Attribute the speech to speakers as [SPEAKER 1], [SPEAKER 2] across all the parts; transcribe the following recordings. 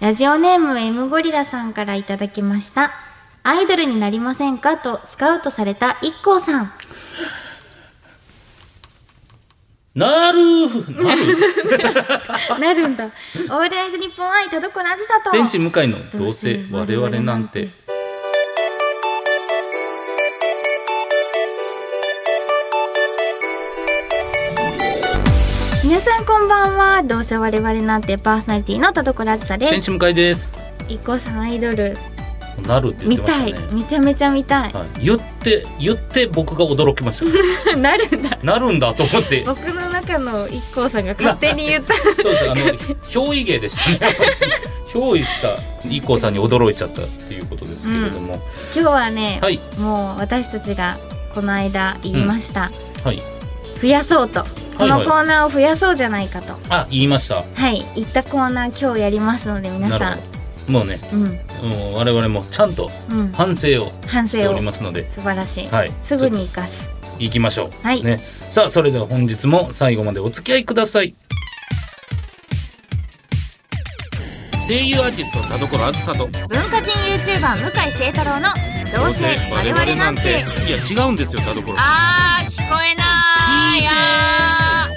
[SPEAKER 1] ラジオネーム M ゴリラさんからいただきました。アイドルになりませんかとスカウトされた IKKO さん。
[SPEAKER 2] なるふなる
[SPEAKER 1] なるんだ。オールナイトニッポン愛田所あずさと。
[SPEAKER 2] 天使向かいのどうせ我々なんて。
[SPEAKER 1] 皆さんこんばんは。どうせ我々なんてパーソナリティの田所あずさで
[SPEAKER 2] 天
[SPEAKER 1] す。
[SPEAKER 2] 使向かいです
[SPEAKER 1] 一個さんアイドル
[SPEAKER 2] なるって言
[SPEAKER 1] 見
[SPEAKER 2] ってましたた
[SPEAKER 1] い
[SPEAKER 2] ね。
[SPEAKER 1] めちゃめちゃ見たい。
[SPEAKER 2] はい、言って言って僕が驚きまし た
[SPEAKER 1] なるんだ。
[SPEAKER 2] なるんだと思って
[SPEAKER 1] 僕の中の一個さんが勝手に言った。
[SPEAKER 2] そうですあの憑依芸でしたね 憑依した i k さんに驚いちゃったっていうことですけれども、
[SPEAKER 1] 今日はね、
[SPEAKER 2] はい
[SPEAKER 1] もう私たちがこの間言いました。
[SPEAKER 2] はい
[SPEAKER 1] 増やそうと。この
[SPEAKER 2] はいはい
[SPEAKER 1] コーナーを増やそうじゃないかと。
[SPEAKER 2] あ言いました
[SPEAKER 1] はい、行ったコーナー今日やりますので皆
[SPEAKER 2] な
[SPEAKER 1] さ
[SPEAKER 2] る
[SPEAKER 1] ん、
[SPEAKER 2] ほどもうね
[SPEAKER 1] うん、
[SPEAKER 2] もう我々もちゃんと
[SPEAKER 1] うん、
[SPEAKER 2] 反省を
[SPEAKER 1] 反
[SPEAKER 2] して
[SPEAKER 1] 省
[SPEAKER 2] お
[SPEAKER 1] を
[SPEAKER 2] りますので
[SPEAKER 1] 素晴らしい。
[SPEAKER 2] はい
[SPEAKER 1] すぐに生かす。
[SPEAKER 2] 行きましょう、
[SPEAKER 1] はい
[SPEAKER 2] ね、さあそれでは本日も最後までお付き合いください声優アーティスト田所あずさと
[SPEAKER 1] 文化人 YouTuber 向井聖太郎のど
[SPEAKER 2] いや違うんですよ田所
[SPEAKER 1] あー聞こえな
[SPEAKER 2] ーいあ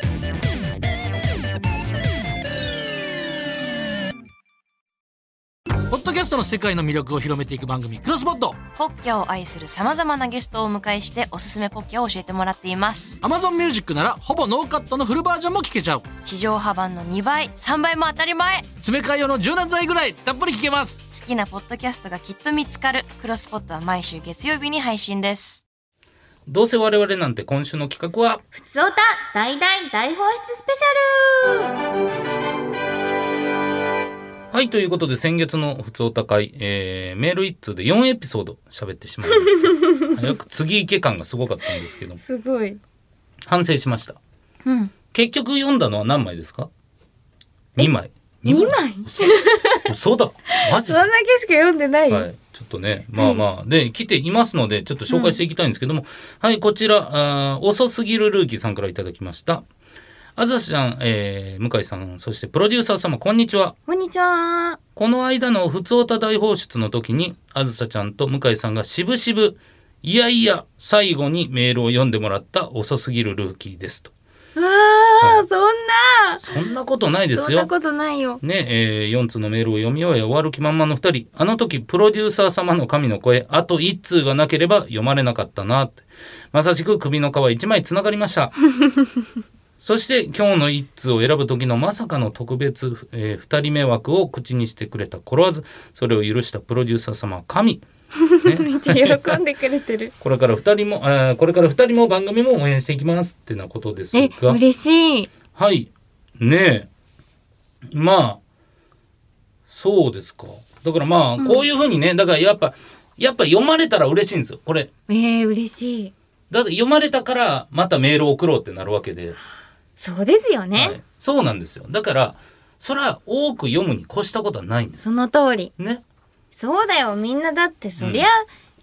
[SPEAKER 3] ポッドキャストの世界の魅力を広めていく番組、クロスポッド。
[SPEAKER 4] ポッキャを愛する様々なゲストをお迎えしておすすめポッキャを教えてもらっています。
[SPEAKER 3] Amazon Music なら、ほぼノーカットのフルバージョンも聞けちゃう。
[SPEAKER 4] 地上波版の2倍、3倍も当たり前
[SPEAKER 3] 詰め替え用の柔軟剤ぐらい、たっぷり聞けます。
[SPEAKER 4] 好きなポッドキャストがきっと見つかる。クロスポットは毎週月曜日に配信です。
[SPEAKER 2] どうせ我々なんて今週の企画は
[SPEAKER 1] 普通歌大大大放出スペシャル
[SPEAKER 2] はいということで先月の普通お高い、えーメール一通で4エピソード喋ってしまいました早く次行け感がすごかったんですけど
[SPEAKER 1] すごい。
[SPEAKER 2] 反省しました
[SPEAKER 1] うん。
[SPEAKER 2] 結局読んだのは何枚ですか2枚
[SPEAKER 1] 二枚
[SPEAKER 2] 嘘嘘だマ
[SPEAKER 1] そ
[SPEAKER 2] ジで
[SPEAKER 1] んだけしか読んでないよ。
[SPEAKER 2] はい。ちょっとね、まあまあ、で、来ていますので、ちょっと紹介していきたいんですけども、はい、こちら、あー遅すぎるルーキーさんからいただきました。あざしちゃん、えー向井さん、そしてプロデューサー様、こんにちは。
[SPEAKER 1] こんにちは。
[SPEAKER 2] この間のふつおた大放出の時に、あずさちゃんと向井さんがしぶしぶ、いやいや、最後にメールを読んでもらった遅すぎるルーキーですと。
[SPEAKER 1] うわあ、そんな
[SPEAKER 2] そんなことないです
[SPEAKER 1] そんな
[SPEAKER 2] よ。
[SPEAKER 1] ことないよ。
[SPEAKER 2] ねえ4つのメールを読み終え終わる気満々の2人あの時プロデューサー様の神の声あと1通がなければ読まれなかったなってまさしく首の皮1枚つながりました そして今日の1通を選ぶ時のまさかの特別、え2人目枠を口にしてくれた頃わずそれを許したプロデューサー様は神
[SPEAKER 1] めっちゃ喜んでくれて る。
[SPEAKER 2] これから2人もあーこれから2人も番組も応援していきますってなことです
[SPEAKER 1] え、
[SPEAKER 2] が
[SPEAKER 1] 嬉しい。
[SPEAKER 2] はい。ねえ。まあ、そうですか。だからまあ、こういうふうにね、だからやっぱ、やっぱ読まれたら嬉しいんですよ。これ。
[SPEAKER 1] えー、嬉しい。
[SPEAKER 2] だって読まれたから、またメールを送ろうってなるわけで。
[SPEAKER 1] そうですよね。
[SPEAKER 2] はいそうなんですよ。だから、それは多く読むに越したことはないんです。
[SPEAKER 1] その通り。
[SPEAKER 2] ね。
[SPEAKER 1] そうだよ、みんなだってそりゃ、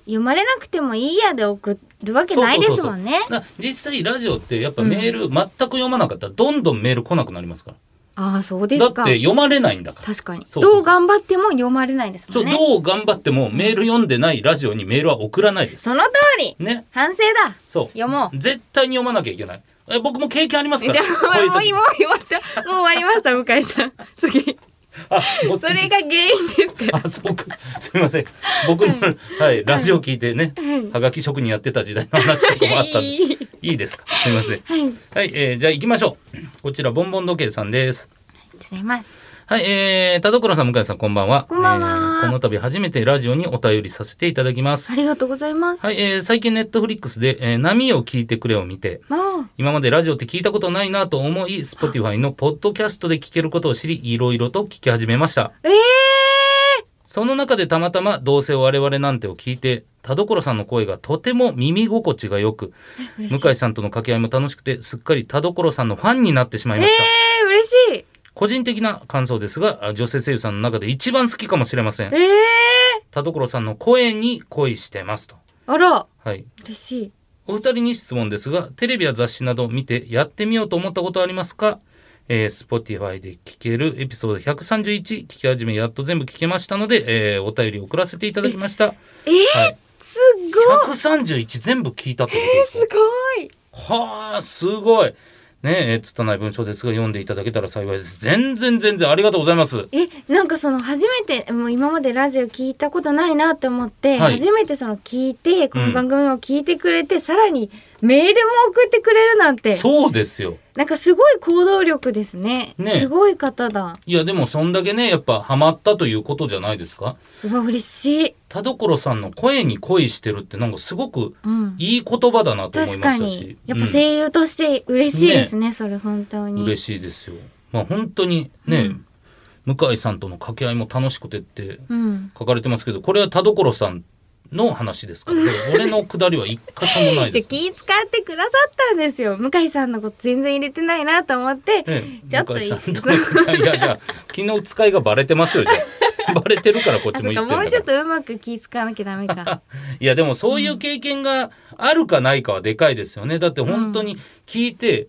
[SPEAKER 1] 読まれなくてもいいやで送るわけないですもんね。
[SPEAKER 2] だから実際ラジオってやっぱメール全く読まなかったら、どんどんメール来なくなりますから。
[SPEAKER 1] ああ、そうで
[SPEAKER 2] だ
[SPEAKER 1] す
[SPEAKER 2] っ
[SPEAKER 1] か。
[SPEAKER 2] て読まれないんだから。
[SPEAKER 1] 確かに。
[SPEAKER 2] そうそう
[SPEAKER 1] どう頑張っても読まれないですも
[SPEAKER 2] そう、
[SPEAKER 1] んね。
[SPEAKER 2] どう頑張ってもメール読んでないラジオにメールは送らないです。
[SPEAKER 1] その通り
[SPEAKER 2] ね。
[SPEAKER 1] 反省 だ
[SPEAKER 2] そう。
[SPEAKER 1] 読もう。
[SPEAKER 2] 絶対に読まなきゃいけない。え僕も経験あります
[SPEAKER 1] じゃ
[SPEAKER 2] から。こ
[SPEAKER 1] あ、
[SPEAKER 2] ういう
[SPEAKER 1] もう、もう、もう
[SPEAKER 2] 時
[SPEAKER 1] 終わった。もう終わりました、向井さん。次。
[SPEAKER 2] あもう
[SPEAKER 1] それが原因ですから。
[SPEAKER 2] あ、そう僕、すみません。僕の、はい、ラジオ聞いてね、はがき職人やってた時代の話とかもあったんで、
[SPEAKER 1] いやいい
[SPEAKER 2] いいですかすみません。
[SPEAKER 1] はい。
[SPEAKER 2] はい、えーじゃあ行きましょう。こちら、ボンボン時計さんです。
[SPEAKER 1] ございます。
[SPEAKER 2] はい、えー、田所さん、向井さん、こんばんは。
[SPEAKER 1] こんばんは
[SPEAKER 2] この度初めてラジオにお便りさせていただきます。
[SPEAKER 1] ありがとうございます。
[SPEAKER 2] はい、えー最近ネットフリックスで、えー波を聞いてくれを見て、
[SPEAKER 1] まあ、
[SPEAKER 2] 今までラジオって聞いたことないなと思い、Spotify のポッドキャストで聞けることを知り、いろいろと聞き始めました。
[SPEAKER 1] ええ
[SPEAKER 2] その中でたまたま、どうせ我々なんてを聞いて、田所さんの声がとても耳心地が良く、向井さんとの掛け合いも楽しくて、すっかり田所さんのファンになってしまいま
[SPEAKER 1] え
[SPEAKER 2] した。
[SPEAKER 1] え嬉しい。
[SPEAKER 2] 個人的な感想ですが、あ女性声優さんの中で一番好きかもしれません。
[SPEAKER 1] ええ
[SPEAKER 2] 田所さんの声に恋してますと。
[SPEAKER 1] あら、
[SPEAKER 2] はい。
[SPEAKER 1] 嬉しい。
[SPEAKER 2] お二人に質問ですが、テレビや雑誌などを見てやってみようと思ったことはありますかえー、Spotify で聞けるエピソード131聞き始めやっと全部聞けましたので、えーお便り送らせていただきました。
[SPEAKER 1] えー
[SPEAKER 2] はい
[SPEAKER 1] すごい
[SPEAKER 2] 131全部聞いたってことですか
[SPEAKER 1] すごい
[SPEAKER 2] はあすごいねえつたない文章ですが読んでいただけたら幸いです全然全然ありがとうございます
[SPEAKER 1] えなんかその初めてもう今までラジオ聞いたことないなって思って、
[SPEAKER 2] はい
[SPEAKER 1] 初めてその聞いてこの番組を聞いてくれて、さらにメールも送ってくれるなんて
[SPEAKER 2] そうですよ
[SPEAKER 1] なんかすごい行動力ですね
[SPEAKER 2] ね
[SPEAKER 1] すごい方だ
[SPEAKER 2] いやでもそんだけねやっぱハマったということじゃないですか
[SPEAKER 1] うわ嬉しい、
[SPEAKER 2] 田所さんの声に恋してるってなんかすごく
[SPEAKER 1] うん、
[SPEAKER 2] いい言葉だなと思
[SPEAKER 1] 確
[SPEAKER 2] いま
[SPEAKER 1] か
[SPEAKER 2] したし
[SPEAKER 1] にやっぱ声優として嬉しいですね,、それ本当
[SPEAKER 2] うん
[SPEAKER 1] に
[SPEAKER 2] 嬉しいですよまあ本当にね、向井さんとの掛け合いも楽しくてって
[SPEAKER 1] うん
[SPEAKER 2] 書かれてますけどこれは田所さんの話で すから、ね、俺のくだりは一箇所もない
[SPEAKER 1] じゃ
[SPEAKER 2] で
[SPEAKER 1] あ
[SPEAKER 2] す
[SPEAKER 1] 気使ってくださったんですよ向井さんのこと全然入れてないなと思って、
[SPEAKER 2] ええ、
[SPEAKER 1] ちょっと
[SPEAKER 2] 向井
[SPEAKER 1] い
[SPEAKER 2] さんとのい やいや昨日使いがバレてますよじゃあ バレてるからこっ
[SPEAKER 1] あ
[SPEAKER 2] ち
[SPEAKER 1] そ
[SPEAKER 2] も
[SPEAKER 1] っ
[SPEAKER 2] 言
[SPEAKER 1] か
[SPEAKER 2] ってんだ
[SPEAKER 1] も
[SPEAKER 2] か
[SPEAKER 1] う
[SPEAKER 2] ら
[SPEAKER 1] ちょっとうまく気使わなきゃダメ か
[SPEAKER 2] いやでもそういう経験があるかないかはでかいですよねだって本当に聞いて、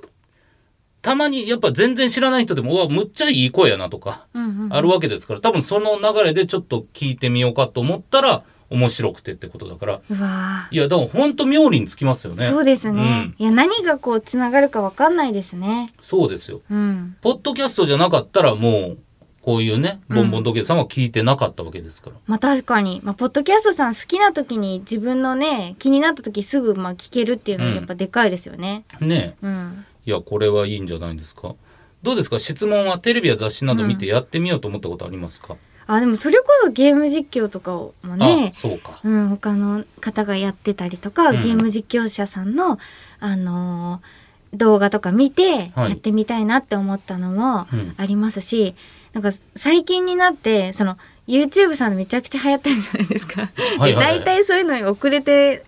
[SPEAKER 2] たまにやっぱ全然知らない人でもうわむっちゃいい声やなとか
[SPEAKER 1] うんうん
[SPEAKER 2] あるわけですから多分その流れでちょっと聞いてみようかと思ったら面白くてってことだから
[SPEAKER 1] うわ
[SPEAKER 2] いやだから本当妙利につきますよ
[SPEAKER 1] ー、
[SPEAKER 2] ね
[SPEAKER 1] そうですね、
[SPEAKER 2] う
[SPEAKER 1] い
[SPEAKER 2] ん
[SPEAKER 1] や何がこうつながるかわかんないですね
[SPEAKER 2] そうですよ
[SPEAKER 1] うん
[SPEAKER 2] ポッドキャストじゃなかったらもうこういうねボンボン時計さんは聞いてなかったわけですから、
[SPEAKER 1] まあ確かに、まあ、ポッドキャストさん好きな時に自分のね気になった時すぐまあ聞けるっていうのはやっぱでかいですよね
[SPEAKER 2] ね
[SPEAKER 1] うん、
[SPEAKER 2] えいやこれはいいんじゃないですかどうですか質問はテレビや雑誌など見てやってみようと思ったことありますか、
[SPEAKER 1] あでもそれこそゲーム実況とかをもね
[SPEAKER 2] あそうか
[SPEAKER 1] うん、他の方がやってたりとか、
[SPEAKER 2] うん
[SPEAKER 1] ゲーム実況者さんの、あのー動画とか見て
[SPEAKER 2] はい
[SPEAKER 1] やってみたいなって思ったのも
[SPEAKER 2] うん
[SPEAKER 1] ありますし、なんか最近になってその YouTube さんめちゃくちゃ流行ってるじゃないですか。
[SPEAKER 2] はい
[SPEAKER 1] で
[SPEAKER 2] はいはい
[SPEAKER 1] 大体そういうのに遅れて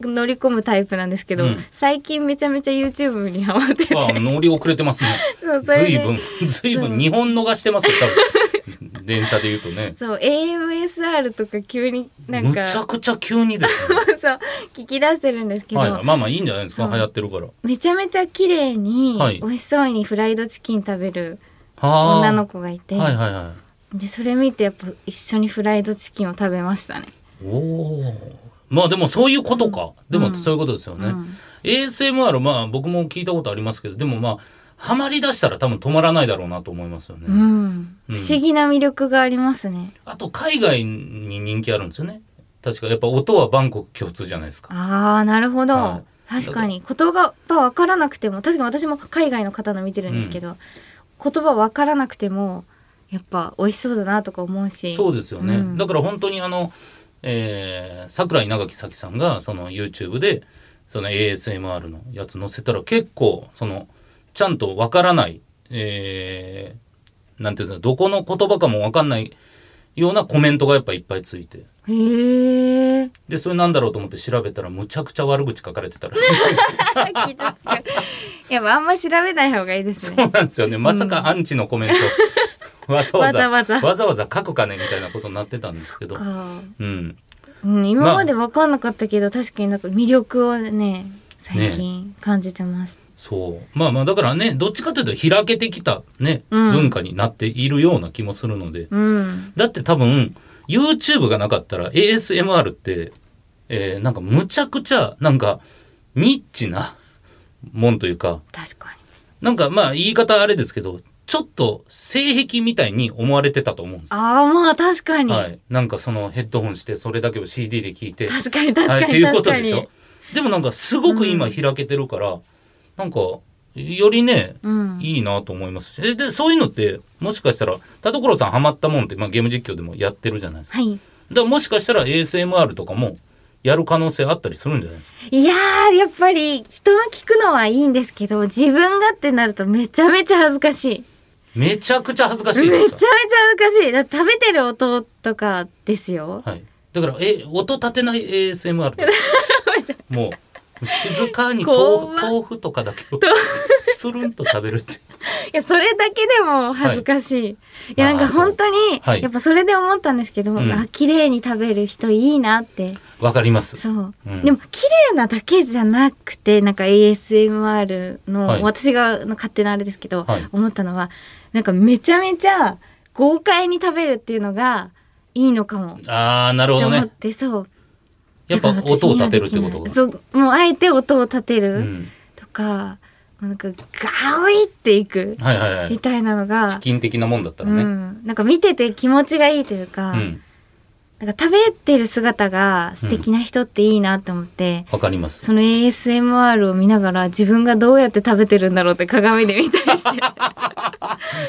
[SPEAKER 1] 乗り込むタイプなんですけど、
[SPEAKER 2] うん
[SPEAKER 1] 最近めちゃめちゃ YouTube にハマってて。
[SPEAKER 2] あ乗り遅れ てますね
[SPEAKER 1] そうそれ
[SPEAKER 2] 随
[SPEAKER 1] で
[SPEAKER 2] 分随分日本逃してますよ 多分電車で言うとね
[SPEAKER 1] そう AMSR とか急になん
[SPEAKER 2] むち
[SPEAKER 1] か
[SPEAKER 2] ゃ
[SPEAKER 1] そう
[SPEAKER 2] くちゃ急にですね
[SPEAKER 1] 聞き出してるんです けど、
[SPEAKER 2] はいはいまあまあいいんじゃないですか
[SPEAKER 1] そう
[SPEAKER 2] 流行ってるから
[SPEAKER 1] めちゃめちゃ綺麗に
[SPEAKER 2] はい
[SPEAKER 1] 美味しそうにフライドチキン食べる
[SPEAKER 2] はあ
[SPEAKER 1] 女の子がいて、
[SPEAKER 2] はいはいは
[SPEAKER 1] でそれ見てやっぱ一緒にフライドチキンを食べましたね。
[SPEAKER 2] いおおまあでもそういうことか、で
[SPEAKER 1] う
[SPEAKER 2] も
[SPEAKER 1] ん
[SPEAKER 2] そういうことですよね、
[SPEAKER 1] うん
[SPEAKER 2] ASMR まあ僕も聞いたことありますけどでもまあハマりだしたら多分止まらないだろうなと思いますよね、
[SPEAKER 1] うん
[SPEAKER 2] うん
[SPEAKER 1] 不思議な魅力がありますね。
[SPEAKER 2] あと海外に人気あるんですよね確かやっぱ音はバンコク共通じゃないですか
[SPEAKER 1] あーなるほど、
[SPEAKER 2] は
[SPEAKER 1] 確かに言葉わからなくても確かに私も海外の方の見てるんですけど、言葉わからなくてもやっぱ美味しそうだなとか思うし
[SPEAKER 2] そうですよね、
[SPEAKER 1] うん
[SPEAKER 2] だから本当にあの、えー、桜井長木咲さんがその YouTube でその ASMR のやつ載せたら結構そのちゃんとわからない、えー、なんていうんですかどこの言葉かもわかんないようなコメントがやっぱいっぱいついて
[SPEAKER 1] へえ
[SPEAKER 2] でそれなんだろうと思って調べたらむちゃくちゃ悪口書かれてたらしい
[SPEAKER 1] 傷つくやっぱあんま調べない方がいいですね
[SPEAKER 2] そうなんですよねまさかアンチのコメント、わざわざ
[SPEAKER 1] わざわざ
[SPEAKER 2] わざわざ書くかねみたいなことになってたんですけど
[SPEAKER 1] か
[SPEAKER 2] うん
[SPEAKER 1] うん、今まで分かんなかったけど、確かになんか魅力をね最近感じてます、
[SPEAKER 2] そうまあまあだからねどっちかというと開けてきたね、
[SPEAKER 1] うん
[SPEAKER 2] 文化になっているような気もするので
[SPEAKER 1] うん
[SPEAKER 2] だって多分 YouTube がなかったら ASMR って、えーなんかむちゃくちゃなんかニッチなもんというか
[SPEAKER 1] 確かに
[SPEAKER 2] なんかまあ言い方あれですけどちょっと性癖みたいに思われてたと思うんですよ。
[SPEAKER 1] ああまあ確かに、
[SPEAKER 2] はい、なんかそのヘッドホンしてそれだけを CD で聞いて
[SPEAKER 1] 確かに確かに、
[SPEAKER 2] はい、っていうこ
[SPEAKER 1] 確
[SPEAKER 2] と
[SPEAKER 1] か
[SPEAKER 2] でし
[SPEAKER 1] に
[SPEAKER 2] ょでもなんかすごく今開けてるから、なんかよりね
[SPEAKER 1] うん
[SPEAKER 2] いいなと思いますしえでそういうのってもしかしたら田所さんハマったもんって、まあ、ゲーム実況でもやってるじゃないですか
[SPEAKER 1] はい
[SPEAKER 2] だからもしかしたら ASMR とかもやる可能性あったりするんじゃないですか
[SPEAKER 1] いやーやっぱり人の聞くのはいいんですけど自分がってなるとめちゃめちゃ恥ずかしい
[SPEAKER 2] めちゃくちゃ恥ずか
[SPEAKER 1] めち
[SPEAKER 2] し
[SPEAKER 1] ゃ
[SPEAKER 2] い
[SPEAKER 1] めちゃ恥
[SPEAKER 2] です
[SPEAKER 1] ず
[SPEAKER 2] か
[SPEAKER 1] かしいだって食べてる音とかですよ、
[SPEAKER 2] はいだからえ音立てない ASMR もう静かに
[SPEAKER 1] 怖
[SPEAKER 2] 豆
[SPEAKER 1] っ
[SPEAKER 2] 豆腐とかだけをつるんと食べるって。
[SPEAKER 1] いや、それだけでも恥ずかしい。い、や、なんか
[SPEAKER 2] あーそう
[SPEAKER 1] 本当に、
[SPEAKER 2] はい
[SPEAKER 1] やっぱそれで思ったんですけど、
[SPEAKER 2] ん
[SPEAKER 1] あ、綺麗に食べる人いいなって。
[SPEAKER 2] わかります。
[SPEAKER 1] そう。
[SPEAKER 2] うん
[SPEAKER 1] でも、綺麗なだけじゃなくて、なんか ASMR の、
[SPEAKER 2] はい
[SPEAKER 1] 私がの勝手なあれですけど、
[SPEAKER 2] はい
[SPEAKER 1] 思ったのは、なんかめちゃめちゃ豪快に食べるっていうのがいいのかも。
[SPEAKER 2] ああ、なるほ
[SPEAKER 1] って
[SPEAKER 2] ど
[SPEAKER 1] 思っ
[SPEAKER 2] ね。
[SPEAKER 1] て、そう。
[SPEAKER 2] やっぱ
[SPEAKER 1] だから私
[SPEAKER 2] 音を
[SPEAKER 1] には
[SPEAKER 2] 立て
[SPEAKER 1] で
[SPEAKER 2] るっ
[SPEAKER 1] き
[SPEAKER 2] て
[SPEAKER 1] な
[SPEAKER 2] こ
[SPEAKER 1] い
[SPEAKER 2] とが。
[SPEAKER 1] そう、もうあえて音を立て
[SPEAKER 2] う
[SPEAKER 1] る
[SPEAKER 2] ん。
[SPEAKER 1] とか、なんかガオイっていく
[SPEAKER 2] はいはいは
[SPEAKER 1] み
[SPEAKER 2] い。
[SPEAKER 1] たいなのが、
[SPEAKER 2] 基金的なもんだったら
[SPEAKER 1] う
[SPEAKER 2] ね。
[SPEAKER 1] ん、なんか見てて気持ちがいいというか、
[SPEAKER 2] うん。
[SPEAKER 1] なんか食べてる姿が素敵な人っていいなと思って、
[SPEAKER 2] わかります。
[SPEAKER 1] その ASMR を見ながら自分がどうやって食べてるんだろうって鏡で見たり して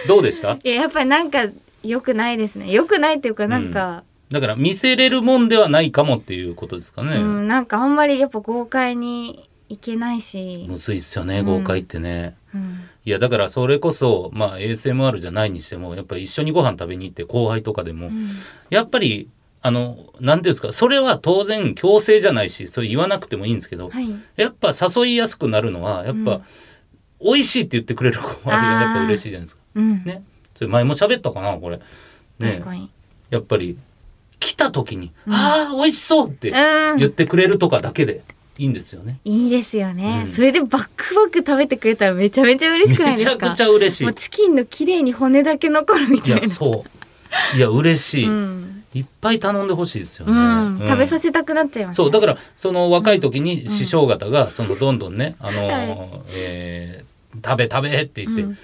[SPEAKER 2] どうでした
[SPEAKER 1] いややっぱりなんか良くないですね良くないっていうかなんか、
[SPEAKER 2] だから見せれるもんではないかもっていうことですか
[SPEAKER 1] うん
[SPEAKER 2] ね。
[SPEAKER 1] なんかあんまりやっぱ豪快にいけないし、
[SPEAKER 2] むずいっすよね、豪快ってね。
[SPEAKER 1] うん
[SPEAKER 2] いや、だからそれこそ、まあ ASMR じゃないにしても、やっぱ一緒にご飯食べに行って後輩とかでも、
[SPEAKER 1] うん
[SPEAKER 2] やっぱり、あの、なんていうんですか、それは当然強制じゃないし、それ言わなくてもいいんですけど、
[SPEAKER 1] はい、
[SPEAKER 2] やっぱ誘いやすくなるのは、やっぱ、
[SPEAKER 1] うん
[SPEAKER 2] 美味しいって言ってくれる子はやっぱ嬉しいじゃないですか。
[SPEAKER 1] うん
[SPEAKER 2] ね。それ前も喋ったかな、これ。ね
[SPEAKER 1] 確。かに、
[SPEAKER 2] やっぱり、来た時に、ああ、美味しそうって
[SPEAKER 1] うん
[SPEAKER 2] 言ってくれるとかだけでいいんですよね。
[SPEAKER 1] いいですよね、
[SPEAKER 2] うん
[SPEAKER 1] それでバックバック食べてくれたらめちゃめちゃ嬉しくない
[SPEAKER 2] め
[SPEAKER 1] です
[SPEAKER 2] ち
[SPEAKER 1] か
[SPEAKER 2] ゃくちゃ嬉しい
[SPEAKER 1] もう。チキンの綺麗に骨だけ残るみ
[SPEAKER 2] い
[SPEAKER 1] たいな。
[SPEAKER 2] や、そう。いや、嬉しい。
[SPEAKER 1] うん
[SPEAKER 2] いっぱい頼んでほしいですよね。
[SPEAKER 1] うん
[SPEAKER 2] うん
[SPEAKER 1] 食べさせたくなっちゃいます、
[SPEAKER 2] そうだからその若い時に師匠方がそのどんどんね、あの
[SPEAKER 1] は
[SPEAKER 2] えー食べ食べって言って、
[SPEAKER 1] うん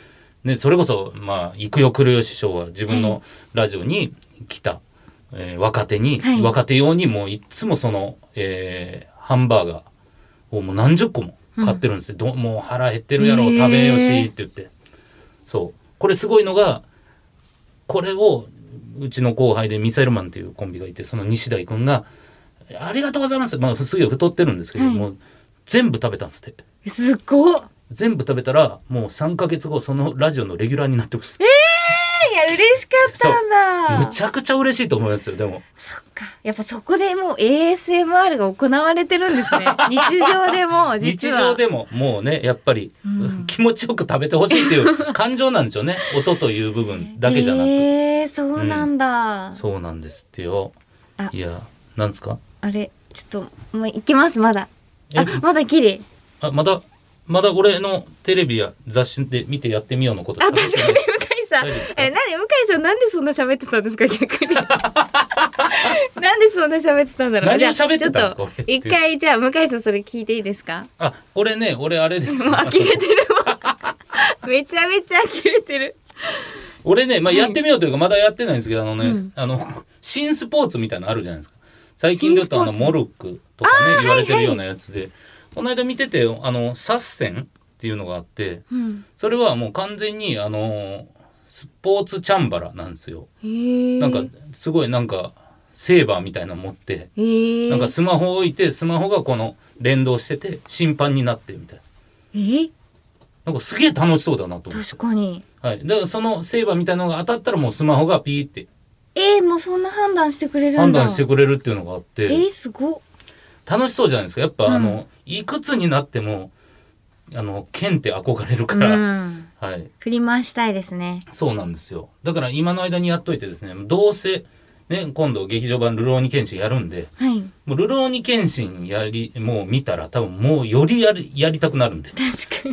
[SPEAKER 2] ね、それこそまあ育代来るよ師匠は自分のラジオに来た、えー若手に、
[SPEAKER 1] はい
[SPEAKER 2] 若手用にもういっつもその、えーハンバーガーをもう何十個も買ってるんですよ、どもう腹減ってるやろ
[SPEAKER 1] へー
[SPEAKER 2] 食べよしって言ってそうこれすごいのがこれをうちの後輩でミサイルマンっていうコンビがいてその西大君が「ありがとうございます」まあすげえ太ってるんですけど、
[SPEAKER 1] はい
[SPEAKER 2] もう全部食べたんですって
[SPEAKER 1] すっごいいや
[SPEAKER 2] 全部食べたらもう3ヶ月後そのラジオのレギュラーになってました
[SPEAKER 1] 嬉しかったんだ
[SPEAKER 2] むちゃくちゃ嬉しいと思いますよでも
[SPEAKER 1] そっかやっぱそこでもう ASMR が行われてるんです ね日常でも
[SPEAKER 2] 日
[SPEAKER 1] 実は
[SPEAKER 2] 常でももうねやっぱり、
[SPEAKER 1] うん
[SPEAKER 2] 気持ちよく食べてほしいっていう感情なんでしょうね音という部分だけじゃなく、
[SPEAKER 1] えー、そうなんだ、
[SPEAKER 2] そうなんですってよ
[SPEAKER 1] あ
[SPEAKER 2] いやなんですか
[SPEAKER 1] あれちょっともう行きますまだ
[SPEAKER 2] え
[SPEAKER 1] あまだギリ
[SPEAKER 2] あまだまだ俺のテレビや雑誌で見てやってみようのこと
[SPEAKER 1] あ確かに向井さん
[SPEAKER 2] 大丈夫ですか
[SPEAKER 1] えなんで向井さんなんでそんな喋ってたんですか逆 になんでそんな喋ってたんだろう
[SPEAKER 2] 何を
[SPEAKER 1] じゃあ
[SPEAKER 2] 喋ってたんですか
[SPEAKER 1] ちょっと
[SPEAKER 2] 俺
[SPEAKER 1] 一回じゃあ向井さんそれ聞いていいですか
[SPEAKER 2] あこれね俺あれです
[SPEAKER 1] もう呆れてる もんめちゃめちゃ呆れてる
[SPEAKER 2] 俺ね、まあ、やってみようというか、まだやってないんですけど、あのね、
[SPEAKER 1] うん
[SPEAKER 2] あの、新スポーツみたいなのあるじゃないですか。最近で言うと、あの、
[SPEAKER 1] 新スポー
[SPEAKER 2] モルックとかね、言われてるようなやつで、この間見てて、あの、サッセンっていうのがあって、
[SPEAKER 1] うん
[SPEAKER 2] それはもう完全に、あの、スポーツチャンバラなんですよ。
[SPEAKER 1] へー
[SPEAKER 2] なんか、すごいなんか、セーバーみたいなの持って、
[SPEAKER 1] へー
[SPEAKER 2] なんかスマホを置いて、スマホがこの、連動してて、審判になってみたいな。
[SPEAKER 1] えー
[SPEAKER 2] なんかすげえ楽しそうだなと思って
[SPEAKER 1] 確。かに
[SPEAKER 2] はい。だからそのセーバーみたいなのが当たったらもうスマホがピーって
[SPEAKER 1] えー、もうそんな判断してくれるんだ
[SPEAKER 2] 判断してくれるっていうのがあっ
[SPEAKER 1] え
[SPEAKER 2] て
[SPEAKER 1] ー、すごっ
[SPEAKER 2] 楽しそうじゃないですかやっぱ、
[SPEAKER 1] うん
[SPEAKER 2] あのいくつになってもあの剣って憧れる
[SPEAKER 1] う
[SPEAKER 2] から、
[SPEAKER 1] ん
[SPEAKER 2] はい
[SPEAKER 1] 振り回したいですね
[SPEAKER 2] そうなんですよだから今の間にやっといてですねどうせね今度劇場版「ルローニケンシン」やるんで
[SPEAKER 1] はい
[SPEAKER 2] もうルローニケンシンやりもう見たら多分もうよりやりやりたくなるんで
[SPEAKER 1] 確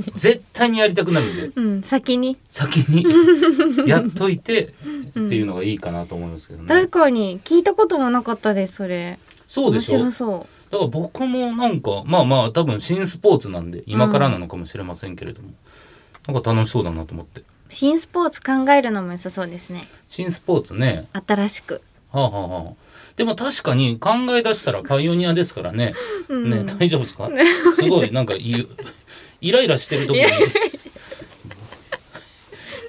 [SPEAKER 1] かに
[SPEAKER 2] 絶対にやりたくなるんで
[SPEAKER 1] うん先に
[SPEAKER 2] 先に やっといてっていうのがいいかなと思いますけどね、
[SPEAKER 1] 確かに聞いたこともなかったですそれ
[SPEAKER 2] そうでしょ
[SPEAKER 1] 面白そう
[SPEAKER 2] だから僕もなんかまあまあ多分新スポーツなんで今からなのかもしれませんけれども、なんか楽しそうだなと思って
[SPEAKER 1] 新スポーツ考えるのも良さそうですね
[SPEAKER 2] 新スポーツね
[SPEAKER 1] 新しく、
[SPEAKER 2] はあはあはあでも確かに考え出したらパイオニアですからね、
[SPEAKER 1] うん
[SPEAKER 2] ね大丈夫ですかすごいなんか言うイライラしてる時に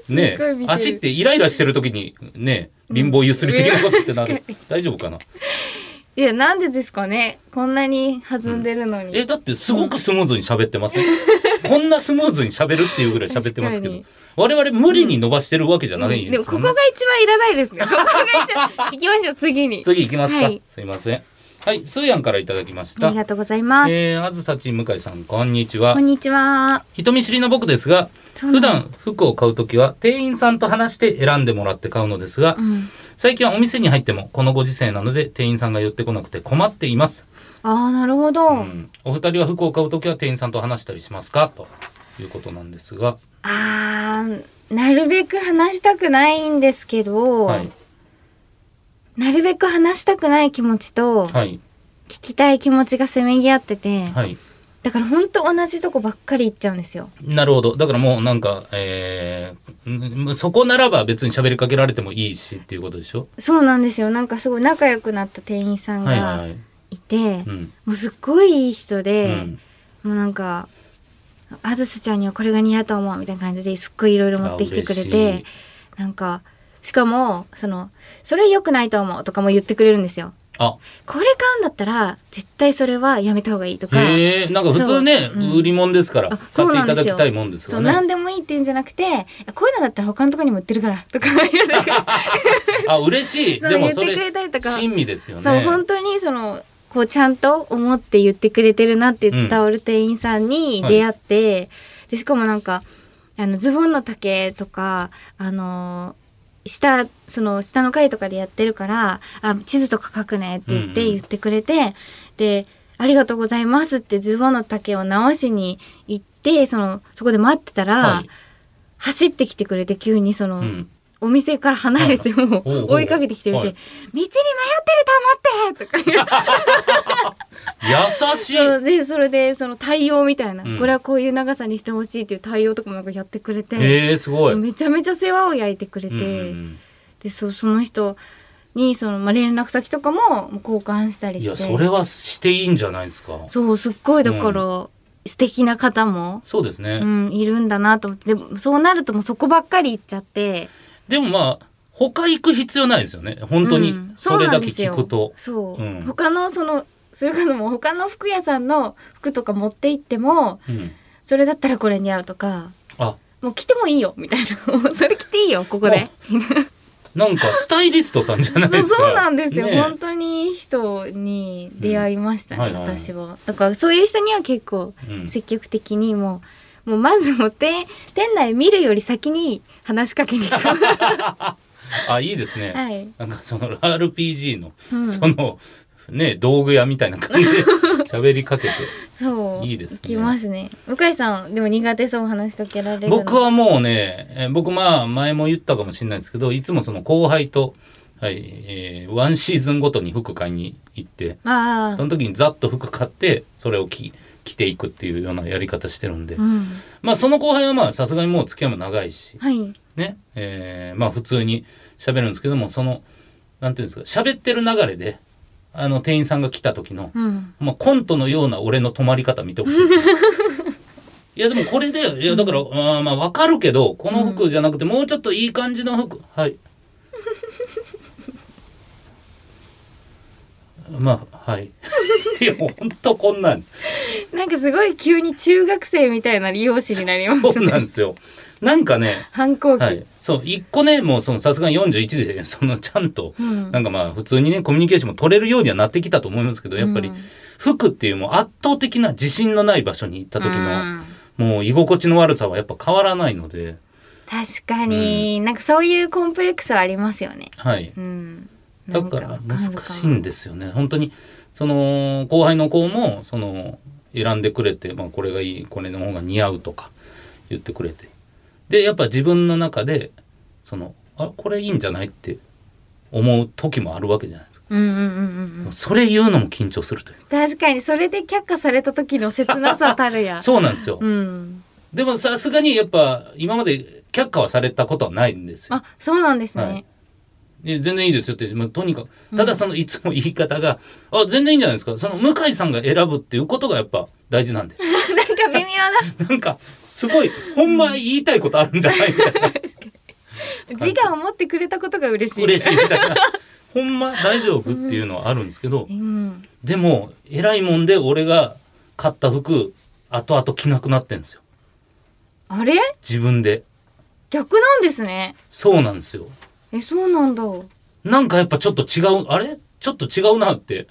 [SPEAKER 2] ね
[SPEAKER 1] すごい見てる
[SPEAKER 2] 足ってイライラしてる時にね貧乏ゆすり的なことってなる、大丈夫かない
[SPEAKER 1] やなんでですかねこんなに弾んでるのに、
[SPEAKER 2] えだってすごくスムーズに喋ってますね、こんなスムーズに喋るっていうぐらい喋ってますけど
[SPEAKER 1] 確
[SPEAKER 2] 我々無理に伸ばしてるわけじゃないん
[SPEAKER 1] で
[SPEAKER 2] で
[SPEAKER 1] も
[SPEAKER 2] す
[SPEAKER 1] こ
[SPEAKER 2] よ
[SPEAKER 1] こ
[SPEAKER 2] ね
[SPEAKER 1] が一番いらないですねここが一番行きましょう次に
[SPEAKER 2] 次行きますか、
[SPEAKER 1] はい
[SPEAKER 2] すいませんはい、スーヤンからいただきまし
[SPEAKER 1] あ
[SPEAKER 2] た
[SPEAKER 1] り。がとうございます。
[SPEAKER 2] えー、あずさち向井さん、こんにちは
[SPEAKER 1] こん。にちは。
[SPEAKER 2] 人見知りの僕ですが、
[SPEAKER 1] そうな
[SPEAKER 2] 普
[SPEAKER 1] の
[SPEAKER 2] 段服を買うときは店員さんと話して選んでもらって買うのですが
[SPEAKER 1] う、ん。
[SPEAKER 2] 最近はお店に入ってもこのご時世なので店員さんが寄ってこなくて困っています。
[SPEAKER 1] ああ、なるほど。
[SPEAKER 2] うん、お二人は服を買うときは店員さんと話したりしますかということなんですが、
[SPEAKER 1] ああ、なるべく話したくないんですけど、
[SPEAKER 2] はい、
[SPEAKER 1] なるべく話したくない気持ちと、
[SPEAKER 2] はい、
[SPEAKER 1] 聞きたい気持ちがせめぎ合ってて、
[SPEAKER 2] はい。
[SPEAKER 1] だからほんと同じとこばっかり行っちゃうんですよ。
[SPEAKER 2] なるほど。だからもうなんか、えーんそこならば別に喋りかけられてもいいしっていうことでしょ
[SPEAKER 1] そうなんですよ。なんかすごい仲良くなった店員さん
[SPEAKER 2] はいはいは
[SPEAKER 1] が
[SPEAKER 2] い。
[SPEAKER 1] いて、
[SPEAKER 2] うん。
[SPEAKER 1] もうすっごいいい人で、
[SPEAKER 2] うん
[SPEAKER 1] もうなんか、あずさちゃんにはこれが似合うと思うみたいな感じですっごいいろいろ持ってきてくれ、
[SPEAKER 2] あ嬉して
[SPEAKER 1] なんか、しかも、その、それ良くないと思うとかも言ってくれるんですよ。
[SPEAKER 2] あ、
[SPEAKER 1] これ買うんだったら、絶対それはやめた方がいいとか、
[SPEAKER 2] へえ、なんか普通ね、
[SPEAKER 1] そううん
[SPEAKER 2] 売り物ですから、
[SPEAKER 1] あ
[SPEAKER 2] 買
[SPEAKER 1] そ
[SPEAKER 2] っ
[SPEAKER 1] う
[SPEAKER 2] てい
[SPEAKER 1] なん
[SPEAKER 2] た
[SPEAKER 1] で
[SPEAKER 2] だ
[SPEAKER 1] す
[SPEAKER 2] き
[SPEAKER 1] よ
[SPEAKER 2] たいもんです
[SPEAKER 1] そ
[SPEAKER 2] よ
[SPEAKER 1] う、何
[SPEAKER 2] ね。
[SPEAKER 1] でもいいって言うんじゃなくて、こういうのだったら他のとこにも売ってるから、とか言うてくれ
[SPEAKER 2] あ、嬉し い。
[SPEAKER 1] そう
[SPEAKER 2] でもそ
[SPEAKER 1] 言って
[SPEAKER 2] れ
[SPEAKER 1] くれたりと、か
[SPEAKER 2] 親身ですよね。
[SPEAKER 1] そう、本当にその、こうちゃんと思って言ってくれてるなって伝わる店員さんに出会って、で、しかもなんか、あの、ズボンの丈とか、あのー下、その、下の階とかでやってるから、あ、地図とか書くねって言っ
[SPEAKER 2] う
[SPEAKER 1] て
[SPEAKER 2] んうん
[SPEAKER 1] 言ってくれて、で、ありがとうございますってズボンの丈を直しに行って、その、そこで待ってたら、
[SPEAKER 2] はい
[SPEAKER 1] 走ってきてくれて、急にその、
[SPEAKER 2] うん
[SPEAKER 1] お店から離れても
[SPEAKER 2] おうおう
[SPEAKER 1] 追いかけてきてみて、
[SPEAKER 2] はい
[SPEAKER 1] 道に迷ってると思ってとか
[SPEAKER 2] 優しい。
[SPEAKER 1] 言うでそれでその対応みたいな、
[SPEAKER 2] うん
[SPEAKER 1] これはこういう長さにしてほしいっていう対応とかもなんかやってくれて、
[SPEAKER 2] えー、すごい。
[SPEAKER 1] めちゃめちゃ世話を焼いてくれて、
[SPEAKER 2] うんうん
[SPEAKER 1] でそうその人にその、まあ、連絡先とかも交換した
[SPEAKER 2] うん
[SPEAKER 1] り
[SPEAKER 2] い
[SPEAKER 1] して
[SPEAKER 2] や、それはしていいんじゃないですか。
[SPEAKER 1] そうすっごいだから、素敵な方も、
[SPEAKER 2] そうですね。
[SPEAKER 1] うん、いるんだなと思ってでもそうなるともうそこばっかり行っちゃって
[SPEAKER 2] でもまあ、他行く必要ないですよね。本当
[SPEAKER 1] う
[SPEAKER 2] に
[SPEAKER 1] ん。
[SPEAKER 2] それだけ聞くと。
[SPEAKER 1] そうなんですよそう、
[SPEAKER 2] うん
[SPEAKER 1] 他のそのそれこそもう他の服屋さんの服とか持って行っても
[SPEAKER 2] うん
[SPEAKER 1] それだったらこれに合うとか
[SPEAKER 2] あ、
[SPEAKER 1] もう着てもいいよみたいな もうそれ着ていいよここで
[SPEAKER 2] なんかスタイリストさんじゃな
[SPEAKER 1] そ
[SPEAKER 2] いで
[SPEAKER 1] う
[SPEAKER 2] すか。
[SPEAKER 1] そうなんですよ、
[SPEAKER 2] ね
[SPEAKER 1] 本当にいい人に出会いましたね、
[SPEAKER 2] うんはいはい
[SPEAKER 1] 私はだからそういう人には結構
[SPEAKER 2] うん
[SPEAKER 1] 積極的にもう,、もうまずもう店店内見るより先に話しかけに行く
[SPEAKER 2] あ、いいですね。
[SPEAKER 1] はい
[SPEAKER 2] なんかその RPG の、
[SPEAKER 1] うん
[SPEAKER 2] その、ね、道具屋みたいな感 じで喋りかけて。
[SPEAKER 1] そう
[SPEAKER 2] いいですね
[SPEAKER 1] 行きますね向井さんでも苦手そう話しかけられるの
[SPEAKER 2] 僕はもうね、えー僕まあ前も言ったかもしれないですけど、いつもその後輩と、はい、えーワンシーズンごとに服買いに行って、
[SPEAKER 1] あ
[SPEAKER 2] そ
[SPEAKER 1] あ
[SPEAKER 2] の時にざっと服買って、それを着、着ていくっていうようなやり方してるんで、
[SPEAKER 1] うん
[SPEAKER 2] まあその後輩はまあさすがにもう付き合いも長いし、
[SPEAKER 1] はい
[SPEAKER 2] ね、えーまあ普通に喋るんですけども、その、なんていうんですか、喋ってる流れで、あの店員さんが来た時の、
[SPEAKER 1] うん
[SPEAKER 2] まあ、コントのような俺の止まり方見てほしい ですねいやでもこれでいやだから、あーまあわかるけどこの服じゃなくてもうちょっといい感じの服はい まあ はいいやほんとこんなん
[SPEAKER 1] なんかすごい急に中学生みたいな利用師になりま
[SPEAKER 2] そ
[SPEAKER 1] す
[SPEAKER 2] うなん
[SPEAKER 1] ね。
[SPEAKER 2] ですよなんかね
[SPEAKER 1] 反抗期。
[SPEAKER 2] はい そう一個ねもうそのさすがに41でそのちゃんと、
[SPEAKER 1] うん
[SPEAKER 2] なんかまあ普通にねコミュニケーションも取れるようにはなってきたと思いますけどやっぱり、
[SPEAKER 1] うん
[SPEAKER 2] 服っていうもう圧倒的な自信のない場所に行った時の、
[SPEAKER 1] うん
[SPEAKER 2] もう居心地の悪さはやっぱ変わらないので、
[SPEAKER 1] 確かに、なんかそういうコンプレックスはありますよね。
[SPEAKER 2] はい。
[SPEAKER 1] うん。
[SPEAKER 2] だから
[SPEAKER 1] なんわ
[SPEAKER 2] 難
[SPEAKER 1] る
[SPEAKER 2] しいんですよね。本当に、その、後輩の子も、その、選んでくれて、まあ、これがいい、これの方が似合うとか言ってくれて。で、やっぱ自分の中で、その、あ、これいいんじゃないって思う時もあるわけじゃないですか。
[SPEAKER 1] うんうんうんうんうん。
[SPEAKER 2] それ言うのも緊張するという。
[SPEAKER 1] 確かにそれで却下された時の切なさたるや。
[SPEAKER 2] そうなんですよ。
[SPEAKER 1] うん。
[SPEAKER 2] でもさすがにやっぱ、今まで却下はされたことはないんですよ。
[SPEAKER 1] あ、そうなんですね。
[SPEAKER 2] はいえ全然いいですよって、まあ、とにかく、ただそのいつも言い方が、あ、全然いいんじゃないですか。その向井さんが選ぶっていうことがやっぱ大事なんで。
[SPEAKER 1] なんか微妙
[SPEAKER 2] なんか、すごい、ほんま言いたいことあるんじゃないみたいな。
[SPEAKER 1] な。自我を持ってくれたことが嬉しい。
[SPEAKER 2] 嬉しいみたいな。ほんま大丈夫っていうのはあるんですけど
[SPEAKER 1] う、ん。
[SPEAKER 2] でも、偉いもんで俺が買った服、後々着なくなってんですよ。
[SPEAKER 1] あれ
[SPEAKER 2] 自分で。
[SPEAKER 1] 逆なんですね。
[SPEAKER 2] そうなんですよ。
[SPEAKER 1] え、そうなんだ。
[SPEAKER 2] なんかやっぱちょっと違う、あれちょっと違うなって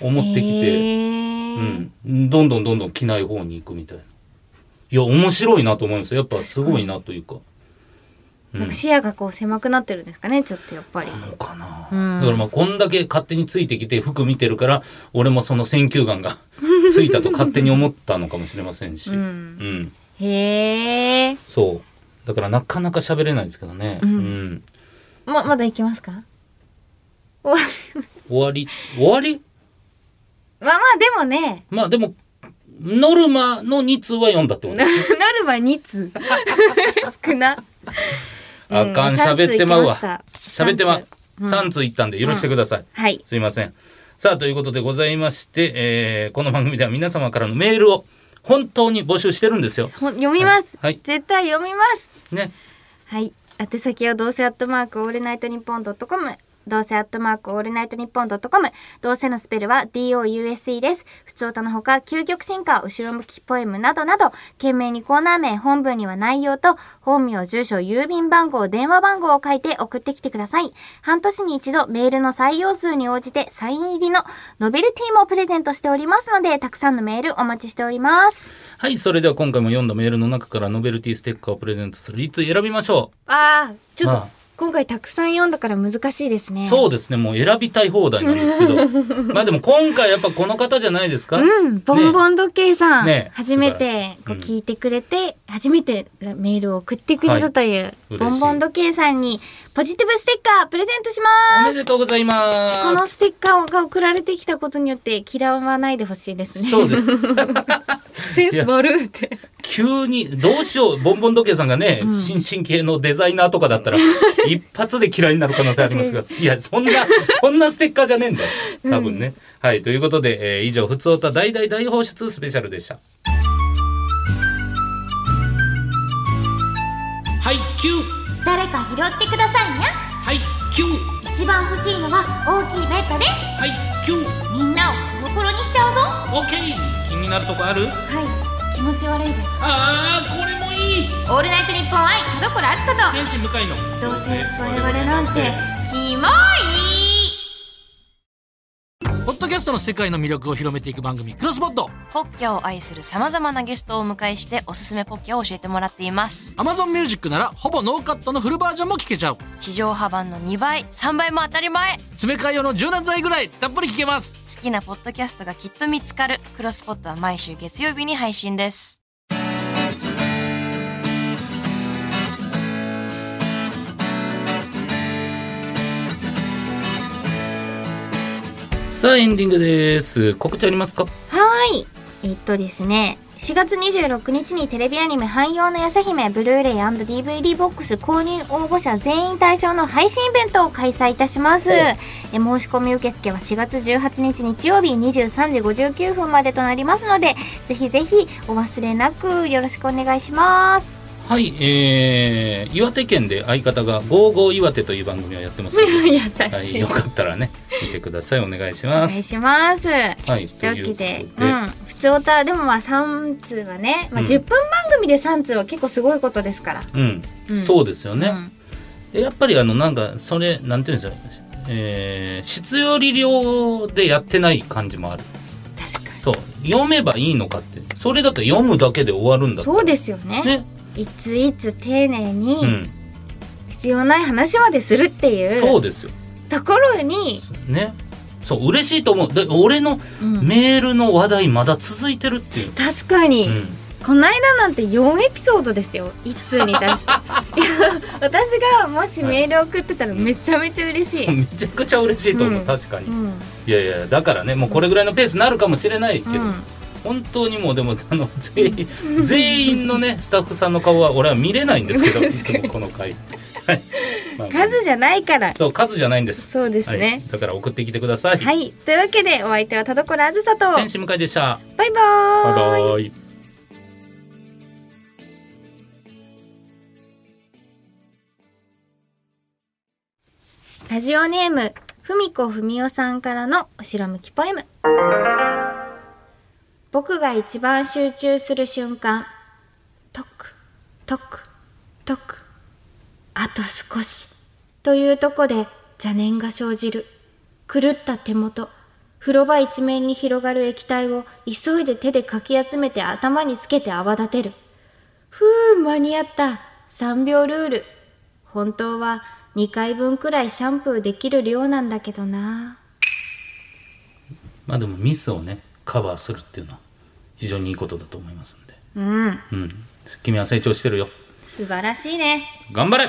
[SPEAKER 2] 思ってきて。
[SPEAKER 1] へー
[SPEAKER 2] うん、どんどんどんどん着ない方に行くみたいな。いや、面白いなと思います。やっぱすごいなというか。うん、
[SPEAKER 1] な
[SPEAKER 2] な
[SPEAKER 1] か
[SPEAKER 2] ん
[SPEAKER 1] 視野がこう狭くなってるんですかねちょっとやっぱり。
[SPEAKER 2] のかな、
[SPEAKER 1] うん
[SPEAKER 2] だからまあ、こんだけ勝手についてきて服見てるから、俺もその選球 眼がついたと勝手に思ったのかもしれませんし。
[SPEAKER 1] うん
[SPEAKER 2] うん
[SPEAKER 1] へえ。
[SPEAKER 2] そう。だからなかなか喋れないですけどね。
[SPEAKER 1] うん
[SPEAKER 2] うん
[SPEAKER 1] ままだ行きますか？ おま
[SPEAKER 2] 終わり、終わり
[SPEAKER 1] あまあでもね、
[SPEAKER 2] まあでも、ノルマの2通は読んだってこと
[SPEAKER 1] ななるば二通 少な。
[SPEAKER 2] あかん、
[SPEAKER 1] う
[SPEAKER 2] 喋ってまうわ。
[SPEAKER 1] 三通行
[SPEAKER 2] 喋っ
[SPEAKER 1] き
[SPEAKER 2] てま
[SPEAKER 1] した
[SPEAKER 2] う。3通いったんで許してください。
[SPEAKER 1] はい。
[SPEAKER 2] すいません。さあ、ということでございまして、えーこの番組では皆様からのメールを本当に募集してるんですよ。
[SPEAKER 1] ほん読みます、
[SPEAKER 2] はいはい
[SPEAKER 1] 絶対読みます。
[SPEAKER 2] ね。
[SPEAKER 1] はい。宛先はどうせアットマークオールナイトニッポンドットコム。どうせアットマークオールナイトニッポンドットコム。どうせのスペルは DOUSE です。普通歌のほか、究極進化、後ろ向きポエムなどなど、懸命にコーナー名、本文には内容と、本名、住所、郵便番号、電話番号を書いて送ってきてください。半年に一度、メールの採用数に応じて、サイン入りのノベルティもプレゼントしておりますので、たくさんのメールお待ちしております。
[SPEAKER 2] はい、それでは今回も読んだメールの中からノベルティステッカーをプレゼントする一通選びましょ
[SPEAKER 1] ああ、ちょっと
[SPEAKER 2] まあ、
[SPEAKER 1] 今回たくさん読んだから難しいです
[SPEAKER 2] う。
[SPEAKER 1] ね。
[SPEAKER 2] そうですね、もう選びたい放題なんですけ ど。まあでも今回やっぱこの方じゃないですか。
[SPEAKER 1] うん、ボンボン時計さん、
[SPEAKER 2] ね
[SPEAKER 1] 初め
[SPEAKER 2] 素
[SPEAKER 1] てこう
[SPEAKER 2] うん
[SPEAKER 1] 聞いてくれて、初めてメールを送ってくれ
[SPEAKER 2] は
[SPEAKER 1] る
[SPEAKER 2] い
[SPEAKER 1] という、
[SPEAKER 2] 嬉しい
[SPEAKER 1] ボンボン時計さんにポジティブステッカープレゼントし
[SPEAKER 2] お
[SPEAKER 1] ま
[SPEAKER 2] めでとうございます
[SPEAKER 1] す。このステッカーが送られてきたことによって嫌わないでほしいですね。
[SPEAKER 2] そうです。
[SPEAKER 1] センス悪いって。
[SPEAKER 2] 急に、どうしよう、ボンボン時計さんがね、新進系のデザイナーとかだった ら、一発で嫌いになる可能性ありますが、いや、そんな、そんなステッカーじゃねえんだよ。多分ね。はい、ということで、えー以上、ふつおた大大大放出スペシャルでした。
[SPEAKER 3] はいキュー
[SPEAKER 1] 誰か拾ってくださいにゃ。
[SPEAKER 3] はいキュー
[SPEAKER 1] 一番欲しいのは大きいベッドです。
[SPEAKER 3] はいキュー
[SPEAKER 1] みんなをコロコロにしちゃうぞ。
[SPEAKER 3] オッケー
[SPEAKER 2] 気になるとこある
[SPEAKER 1] はい、気持ち悪いです。
[SPEAKER 3] ああこれもいい
[SPEAKER 1] オールナイトニッポン愛田所あずさと。
[SPEAKER 3] 天使向かいの
[SPEAKER 1] どうせ我々なんてキモい
[SPEAKER 3] ポッドキャストの世界の魅力を広めていく番組クロスポット
[SPEAKER 4] ポッキャを愛する様々なゲストをお迎えしておすすめポッキャを教えてもらっています。
[SPEAKER 3] Amazon Music ならほぼノーカットのフルバージョンも聞けちゃう
[SPEAKER 4] 地上波版の2倍、3倍も当たり前
[SPEAKER 3] 詰め替え用の柔軟剤ぐらいたっぷり聞けます
[SPEAKER 4] 好きなポッドキャストがきっと見つかる。クロスポットは毎週月曜日に配信です。
[SPEAKER 2] さあ、エンディングです。告知ありますか
[SPEAKER 1] はーいえっとですね4月26日にテレビアニメ「汎用の夜叉姫」ブルーレイ &DVD ボックス購入応募者全員対象の配信イベントを開催いたしますえ申し込み受付は4月18日日曜日23時59分までとなりますのでぜひぜひお忘れなくよろしくお願いします
[SPEAKER 2] はい、えー、岩手県で相方が、ゴーゴー岩手という番組をやってますの で、
[SPEAKER 1] 優
[SPEAKER 2] はい、
[SPEAKER 1] しい
[SPEAKER 2] よ
[SPEAKER 1] お
[SPEAKER 2] かったらね、見てください。お願いしま
[SPEAKER 1] 願い
[SPEAKER 2] す。
[SPEAKER 1] します
[SPEAKER 2] はい、
[SPEAKER 1] というわけで、
[SPEAKER 2] と
[SPEAKER 1] う
[SPEAKER 2] いうこ
[SPEAKER 1] ん、普通歌でもまあ3通はね、まあ、
[SPEAKER 2] うん
[SPEAKER 1] 10分番組で3通は結構すごいことですから。
[SPEAKER 2] とでうん、
[SPEAKER 1] うん
[SPEAKER 2] そうですよね。
[SPEAKER 1] うん
[SPEAKER 2] やっぱりあのなんかそれなんていうんですか、えー、質より量でやってない感じもある
[SPEAKER 1] 確か
[SPEAKER 2] そう読めばいいのかってそれだって読むだけで終わる
[SPEAKER 1] に。
[SPEAKER 2] んだって
[SPEAKER 1] そうですよね。
[SPEAKER 2] ね、
[SPEAKER 1] いついつ丁寧
[SPEAKER 2] う
[SPEAKER 1] に
[SPEAKER 2] ん、
[SPEAKER 1] 必要ない話までするってい
[SPEAKER 2] そううですよ
[SPEAKER 1] ところに、
[SPEAKER 2] ねそう嬉しいと思うで俺の
[SPEAKER 1] うん
[SPEAKER 2] メールの話題まだ続いてるっていう、
[SPEAKER 1] 確かに、
[SPEAKER 2] うん、
[SPEAKER 1] この間なんて4エピソードですよ一通に対していや私がもしメール送ってたらめちゃめちゃ嬉しい、
[SPEAKER 2] めちゃくちゃ嬉しいと思う、
[SPEAKER 1] うん
[SPEAKER 2] 確かに、
[SPEAKER 1] うん
[SPEAKER 2] いやいやだからねもうこれぐらいのペースになるかもしれないけど、
[SPEAKER 1] うん
[SPEAKER 2] 本当にもうでもあの全員全員のねスタッフさんの顔は俺は見れないんですけどいつもこの回、はいまあ
[SPEAKER 1] 数じゃないから
[SPEAKER 2] そう数じゃないんです
[SPEAKER 1] そうです
[SPEAKER 2] は
[SPEAKER 1] ね
[SPEAKER 2] い、だから送ってきてください、
[SPEAKER 1] はい、というわけでお相手は田所あずさと
[SPEAKER 2] 天使向かいでした
[SPEAKER 1] バイバ
[SPEAKER 2] バイ
[SPEAKER 1] ーイ
[SPEAKER 2] バイ
[SPEAKER 1] ラジオネームふみこふみおさんからの後ろ向きポエム僕が一番集中する瞬間トクトクトクあと少しというとこで邪念が生じる狂った手元風呂場一面に広がる液体を急いで手でかき集めて頭につけて泡立てる。ふう、間に合った。3秒ルール。本当は2回分くらいシャンプーできる量なんだけどな。
[SPEAKER 2] まあでもミスをねカバーするっていうのは非常にいいことだと思いますんで
[SPEAKER 1] うん、
[SPEAKER 2] うん君は成長してるよ
[SPEAKER 1] 素晴らしいね。
[SPEAKER 2] 頑張れ